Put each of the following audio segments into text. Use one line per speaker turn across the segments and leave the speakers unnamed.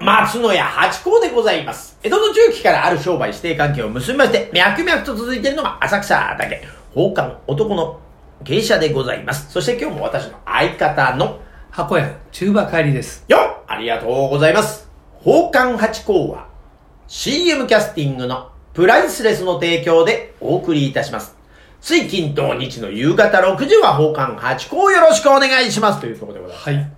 松野屋八甲でございます。江戸の中期からある商売指定関係を結びまして、脈々と続いているのが浅草だけ、宝冠男の芸者でございます。そして今日も私の相方の、
箱屋、中馬帰りです。
よっありがとうございます。宝冠八甲は、CM キャスティングのプライスレスの提供でお送りいたします。つい金土日の夕方6時は宝冠八甲をよろしくお願いします。というところでございます。
はい。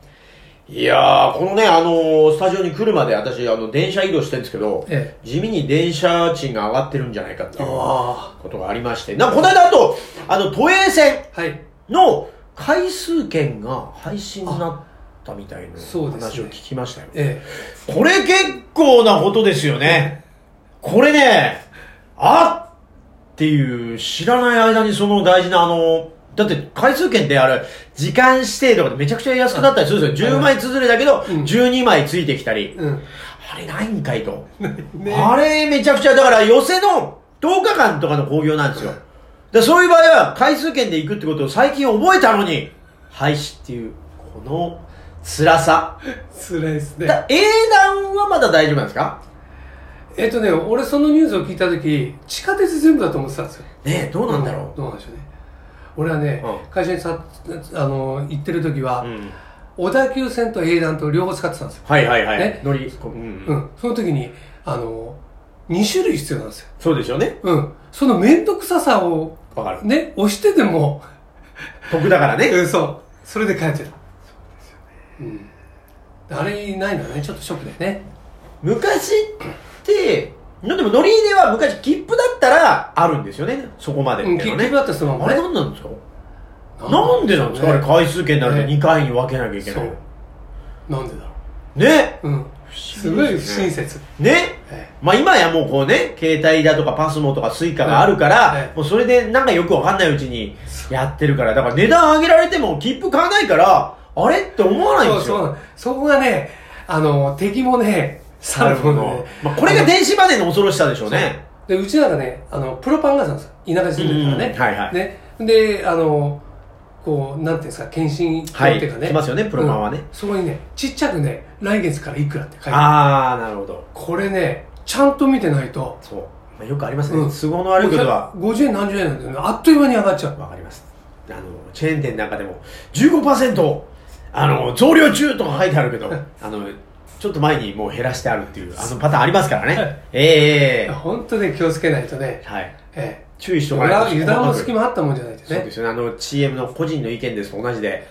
いやー、このね、あのースタジオに来るまで私、あの、電車移動してるんですけど、
え
地味に電車賃が上がってるんじゃないかっていう
あ
ことがありまして、なこの間あと、あの、都営線
はい。
の回数券が配信になったみたいな
そうですね
話を聞きましたよ。
え
これ結構なことですよね。これね、あっていう、知らない間にその大事なあの、だって回数券ってあれ、時間指定とかでめちゃくちゃ安くなったりするんですよ。
うん
10枚綴りだけど、
ん
12枚ついてきたり
え。。うん。
あれないんかいと。
ね
あれめちゃくちゃ、だから寄せの10日間とかの興行なんですよ。でそういう場合は回数券で行くってことを最近覚えたのに、廃止っていう、この辛さ。
辛いですね。
だ英断はまだ大丈夫なんですか
えっとね、俺そのニュースを聞いたとき、地下鉄全部だと思ってたんですよ。
ねえ、どうなんだろ
どうなんでしょうね。俺はね、
うん
会社にさ、あの、行ってるときは、
う。ん。
小田急線と営団と両方使ってたんですよ。
はいはいはい。
ね
乗り、こううん
うん。その時に、あの、2種類必要なんですよ。
そうでしょうね。
うん。その面倒くささを、
わかる。
ね、押してでも、
得だからね。
うん、そう。それで帰っちゃう。そうですよね。うん。あれないのはね、ちょっとショックだよね。
昔って、でも乗り入れは昔切符だったらあるんですよね。そこまでって
う
い
ん、
うの
結局
ね。
だったらそのま
あ
ま
れ
ね
何なんですかなんでなんですかあれ回数券になると
ね
2回に分けなきゃいけ
そ。。
ないう
なんでだろ
ね
う。うん。すごい不親切。
ね
ええ
まあ今やもうこうね、携帯だとかパスモとかスイカがあるから、
ええ
もうそれでなんかよくわかんないうちにやってるから、だから値段上げられても切符買わないから、あれって思わないん
そう
です
そう
よ。
なんそこがね、あの、敵もね、
な
猿
るほ
も
ど
ね。。
まあこれが電子マネーの恐ろしさでしょうね。
で、うちなんかね、あの、プロパンガスなんですよ。田舎に住んでるからね。
うんはいはい
ね。で、あの、こう、なんていうんですか、検診票
はい
っていうかね。
来ますよねプロパンはね
うんそこにね、ちっちゃくね、来月からいくらって書いてある。
ああ、なるほど。
これね、ちゃんと見てないと、
そう。まあ、よくありますね。
うん
都合の悪いことは。
50円何十円なんだよね。あっという間に上がっちゃう。
わかります。あの、チェーン店なんかでも、15%、あの、増量中とか書いてあるけ ど、あの、ちょっと前にもう減らしてあるっていう、あのパターンありますから
はい
ね。ええ
本当ね、気をつけないとね。
はい。
え
注意し
え。
とかないと。
油断も隙間あったもんじゃないと
そうで
ね。
すよね。あの、CM の個人の意見ですと同じで、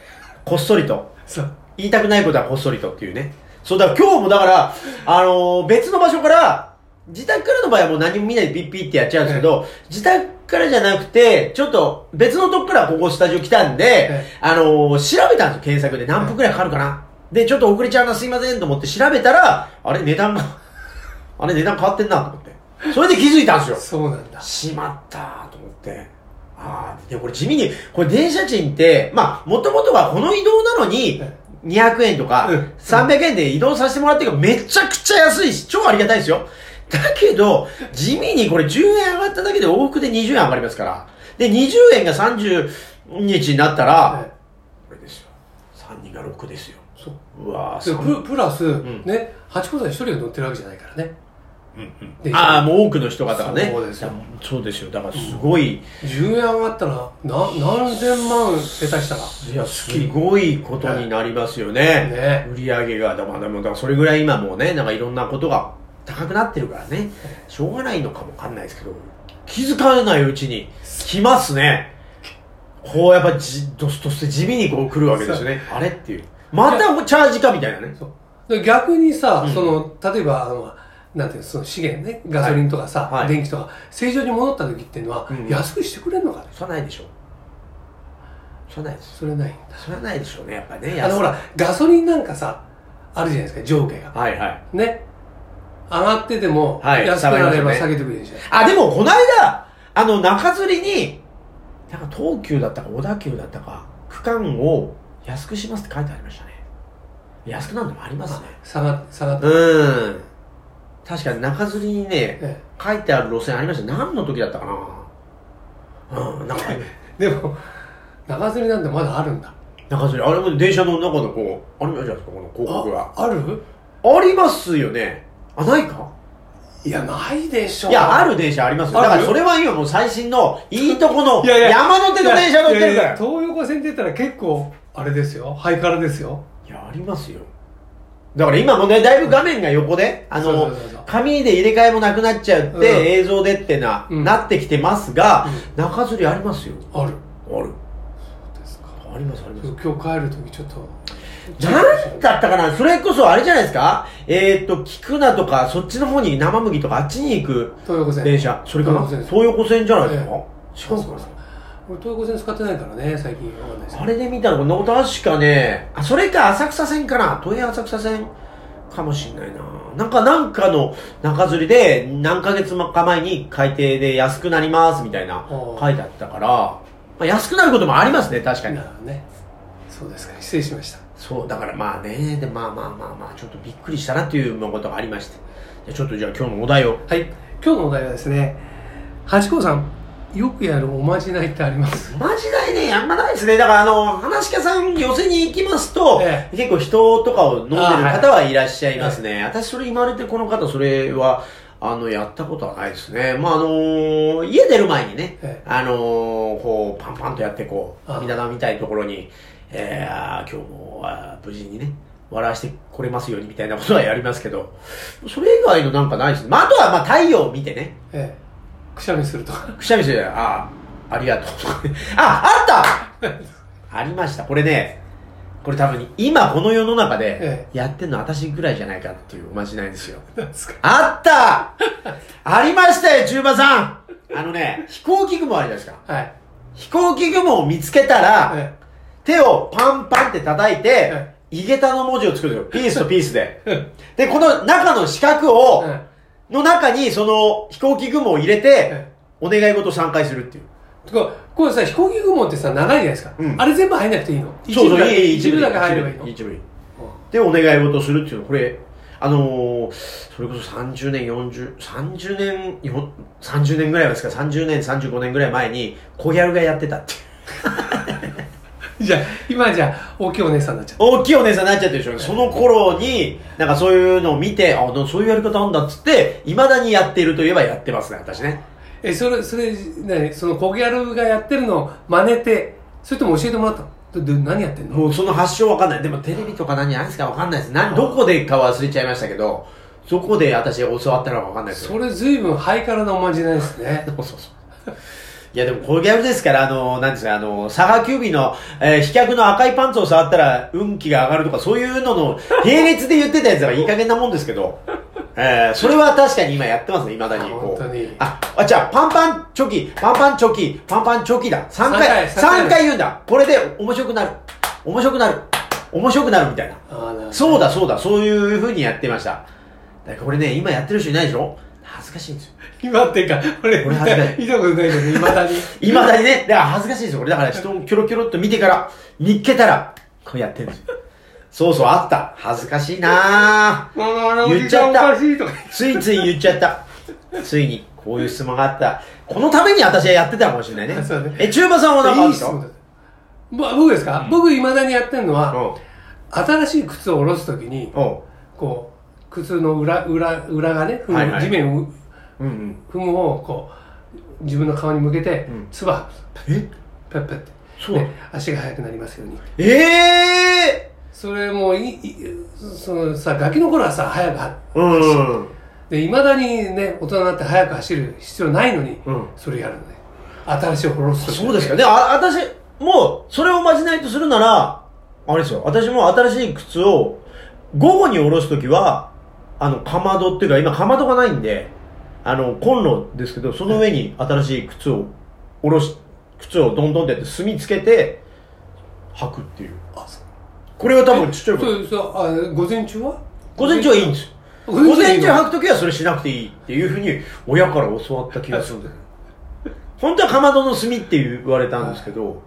こっそりと。
そう。
言いたくないことはこっそりとっていうね。そうだ、今日もだから、あのー別の場所から、自宅からの場合はもう何も見ないでピッピッってやっちゃうんですけど、自宅からじゃなくて、ちょっと別のとこからここスタジオ来たんで
え、
あのー調べたんですよ、検索で。何分くらいかかるかな。で、ちょっと遅れちゃうな、すいませんと思って調べたら、あれ、値段が、あれ、値段変わってんなと思って。それで気づいたんですよ。
そうなんだ。
しまったーと思って。ああ、でもこれ地味に、これ電車賃って、まあ、もともとはこの移動なのに
え、
200円とか
うん
300円で移動させてもらってるからめちゃくちゃ安いし、超ありがたいですよ。だけど、地味にこれ10円上がっただけで往復で20円上がりますから。で、20円が30日になったら、
ええ
これですよ。3人が6ですよ。
そう。
うわー
で
三
ププラス、
ん
ね、8個台1人が乗ってるわけじゃないからね。で
ああ、もう多くの人方がね。
そうですよ
そうですよ。だからすごい、
10円上がったらな何千万下手したら
いや、すごいことになりますよね
ね。
売り上げが、だから、でもだからそれぐらい今もうね、なんかいろんなことが高くなってるからね、しょうがないのかもわかんないですけど、気づかないうちに来ますね。こうやっぱじ、どすとして地味にこう来るわけですよね。あれっていう。またチャージかみたいなね。
そうで逆にさ、
うん
その例えばあのなんていうのその資源ねガソリンとかさ、
はい
電気とか正常に戻った時っていうのは、
うん
安くしてくれるのかね
そらないでしょ。そらないです。
それない
そらないでしょうね、やっぱりね。
あのほらガソリンなんかさあるじゃないですか上下が
はいはい。
ね上がってても、
はい
安くなれば
下が
下げてくれるじゃん、
あ、でもこの間、あの、中吊りに、なんか東急だったか小田急だったか、区間を安くしますって書いてありましたね。安くなるのもありますね。
下が下がっ
う
て、
ーん。確かに中吊りにね、
え
書いてある路線ありました。何の時だったかなうん、なんか、
えでも長釣りなんてまだあるんだ
中吊り、あれも電車の中のこう、ありましたこの広告が。
ある
ありますよね。あ、ないか
いや、ないでしょ
いや、ある電車ありますよ。
あ
だか
る
らそれは今もう最新の、いいとこの、
いやいや
山手の電車乗ってる
い
か
やい
ら。
や東横線って言ったら結構、あれですよ。ハイカラですよ。
いや、ありますよ。だから今もね、だいぶ画面が横で、あ
そう
の
そうそうそう、
紙で入れ替えもなくなっちゃって、
うん
映像でってな、
うん
なってきてますが、中吊りありますよ。
ある。
ある。
ですか。
あります、あります。
今日帰るときちょっと。
なんだったかなそれこそあれじゃないですかえーっと、菊名とか、そっちの方に生麦とか、あっちに行く
東横線。
電車。それかな
東横線
東横線じゃないですか、
え
違うかな
俺東横線使ってないからね、最近わかんないです
あれで見たのかな確かね、あ、それか浅草線かな都営浅草線かもしんないな。なんか、なんかの中吊りで、何ヶ月か前に改定で安くなりますみたいな
ああ
書いてあったから、まあ、安くなることもありますね、確かに
な。るほどね。そうですか。失礼しました。
そう、だからまあね、で、まあまあまあまあ、ちょっとびっくりしたなっていうことがありまして。じゃあちょっとじゃあ今日のお題を。
はい。今日のお題はですね、ハチ公さん、よくやるおまじないってあります。
マジないね、あんまないですね。だからあの、話し家さん寄せに行きますと、
え
結構人とかを飲んでる
あはい
方はいらっしゃいますね。私それ言われてこの方、それは、あの、やったことはないですね。まああのー家出る前にね、
ええ
あのーこう、パンパンとやってこ
あ
う、みだなみたいところに、えー、あー今日もあー無事にね、笑わしてこれますようにみたいなことはやりますけど、それ以外のなんかないですね。まああとはまあ太陽を見てね、
ええ。くしゃみすると か。
くしゃみしてるああ、ありがとう。 あ、あった ありました。これね、これ多分今この世の中で
え
やってんの私ぐらいじゃないかっていうおまじないですよ。
なんですか。
あった ありましたよ、中馬さんあのね、飛行機雲あるじゃないですか。
はい。
飛行機雲を見つけたら、
え
手をパンパンって叩いて、
え
イゲタの文字を作るんで すよ。ピースとピースで。で、この中の四角を、
え。
の中にその飛行機雲を入れて
え、
お願い事を3回するっていう。
とか、これさ、飛行機雲ってさ、長いじゃないですか。
うん
あれ全部入んなくていいの
そうそう、
だけ
いい
一部だけ入ればいいの
一部に。で、お願い事をするっていうの、これ、あのーそれこそ30年、40、30年、よん30年ぐらいですか、30年、35年ぐらい前に、小ギャルがやってたっていう。
じゃあ、今じゃあ、大きいお姉さんになっちゃっ
大きいお姉さんになっちゃってるでしょ。その頃に、なんかそういうのを見て、あ、でもそういうやり方あんだっつって、未だにやっているといえばやってますね、私ね。
た。え、それ、それ、何そのコギャルがやってるのを真似て、それとも教えてもらったのどど何やってんの
もうその発祥わかんない。でもテレビとか何やるんですかわかんないです。何、どこでか忘れちゃいましたけど、どこで私教わったのかわかんないですよ
それ随分ハイカラなおまじないですね。
そうそうそう。いやでもこのギャルですから、あの、なんですか、あの、佐賀急便の、えー飛脚の赤いパンツを触ったら運気が上がるとか、そういうのの、並列で言ってたやつはいい加減なもんですけど、えー、それは確かに今やってますね、未だに。こう
本当に
あ、あ、じゃあ、パンパンチョキ、パンパンチョキ、パンパンチョキだ。3回、
三回
三回言うんだ。これで面白くなる。面白くなる。面白くなるみたいな。
ああ、なるほど
そうだそうだ、そういう風にやってました。だからこれね、今やってる人いないでしょ恥ずかしいんですよ。
今っていうか、俺、
俺恥ずかし
見たことないけど、未だに。
いまだにね、だから恥ずかしいですよ。俺だから人をキョロキョロっと見てから、見っけたら、こうやってるんですよ。そうそう、あった。恥ずかしいなぁ。
あ
の言っちゃったおじさんおか
しいとか。
ついつい言っちゃった。ついに、こういう質問があった。このために私はやってたかもしれないね。
そうね
え、中馬さんはなんかあ
い
る
い
んで
質
す
問だ
か。
ぼ僕ですか、僕、未だにやってるの
う
は、
ん。
新しい靴を下ろすときに、
おう
こう、靴の裏、裏、裏がね、踏む
はいはい
地面を
うんうん。
踏む方を、こう、自分の顔に向けて
うん、
つば、
え
ペッペッって。
そうなの
ね足が速くなりますように。
ええ
それもいい、いそのさ、ガキの頃はさ、速くは、
ー、うん。
で、未だにね、大人になって速く走る必要ないのに、
うん
それやるのね。新しいを下ろすとき
そうですか。で、あ、私、もう、それをまじないとするなら、あれですよ。私も新しい靴を、午後に下ろすときは、あの、かまどっていうか、今かまどがないんで、あの、コンロですけど、その上に新しい靴を下ろし、靴をどんどんってやって、墨つけて、履くっていう。
あそう
これは多分ちっちゃい頃。
そうそうあ午前中は
午前中はいいんですよ。
午
午前中
前中
履
は
くときはそれしなくていいっていうふうに、親から教わった気がするんだよ。本当はかまどの炭って言われたんですけど、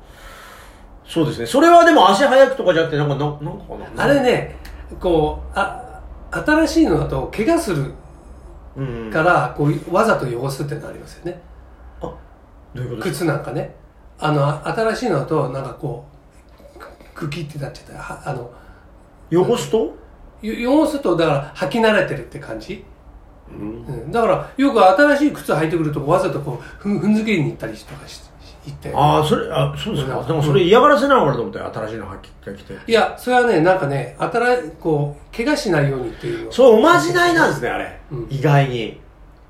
そうですね。それはでも足早くとかじゃなくて、なんか、ななんかかな。
あれねこうあ新しいのだと怪我する
うん。
か
あ、
ら、こうわざと汚すっていうのありますよね
どういうことですか
靴なんかねあの新しいのだとなんかこうくくきってなっちゃったらはあの
汚すと
要すると、だから、履き慣れてるって感じ、
うん
う、ん、だから、よく新しい靴履いてくると、わざとこう、ふん踏んづけに行ったりとかし行って。
ああそれあそうですか、
うん
でもそれ嫌がらせなのかなと思って新しいの履き着て
いや、それはね、なんかね、新しい、こう、怪我しないようにっていうの。
そうおまじないなんですねあれ、
うん
意外に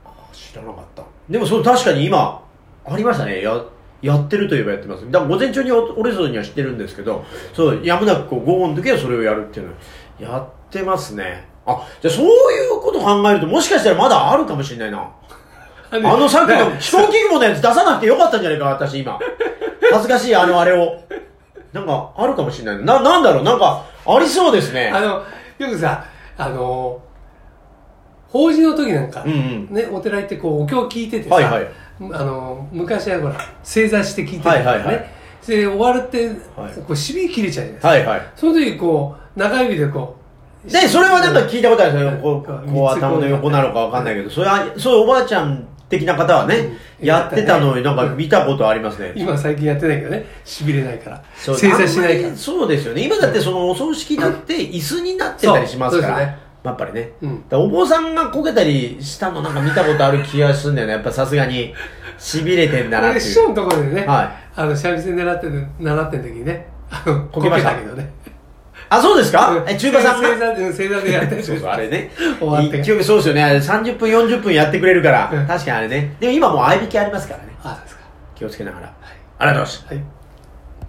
あー知らなかったでもそう確かに今ありましたねややってるといえばやってますだから午前中にお俺ぞには知ってるんですけどそうやむなくこう午後の時はそれをやるっていうのをやってますねあじゃあそういうこと考えるともしかしたらまだあるかもしれないな
あ
あのさっきの
ね
飛行機雲のやつ出さなくてよかったんじゃないか私今恥ずかしいあのあれをなんかあるかもしれないななんだろうなんかありそうですね
あの、よくさ、あの、法事の時なんか、
うんうん
ね、お寺行ってこう、お経を聞いててさ、
はいはい
あの、昔はほら、正座して聞いてた
は
か
いはい
ら
はい
ね。で、終わるって、
はい
こう、しび切れちゃうじゃないですか。
はいはい
その時、こう、中指でこう。
で、それはなんか聞いたことあるんですよ。こう、
うん
こう頭の横なのかわかんないけど、それは、そういうおばあちゃん的な方はね、
うん
やってたのにな
やっ
ん
たね
か見たことありますね。
今最近やってないけどね、しびれないから。
そう
正座しない
あ
か
んま
ら
り。そうですよね。今だってそのお葬式だって椅子になってたりしますか
そう
ら。
そうですね
やっぱりね。
うん。
だからお坊さんがこけたりしたのなんか見たことある気がするんだよね。やっぱさすがに、痺れてんだなって
俺、
い
師
う。
匠のところでね、
はい
あの、三味線習ってる、習ってる時にね、あの、こ
け
け
ました
たけどね。
あ、そうですか
う
え、中華 さんが
正座で、正座でやってる。
そうそう、あれね。
終わって
一曲そうですよね。あれ30分、40分やってくれるから。
うん
確かにあれね。でも今もう合いびきありますからね。
あ、そうですか。
気をつけながら。ありがとうございました。
はい。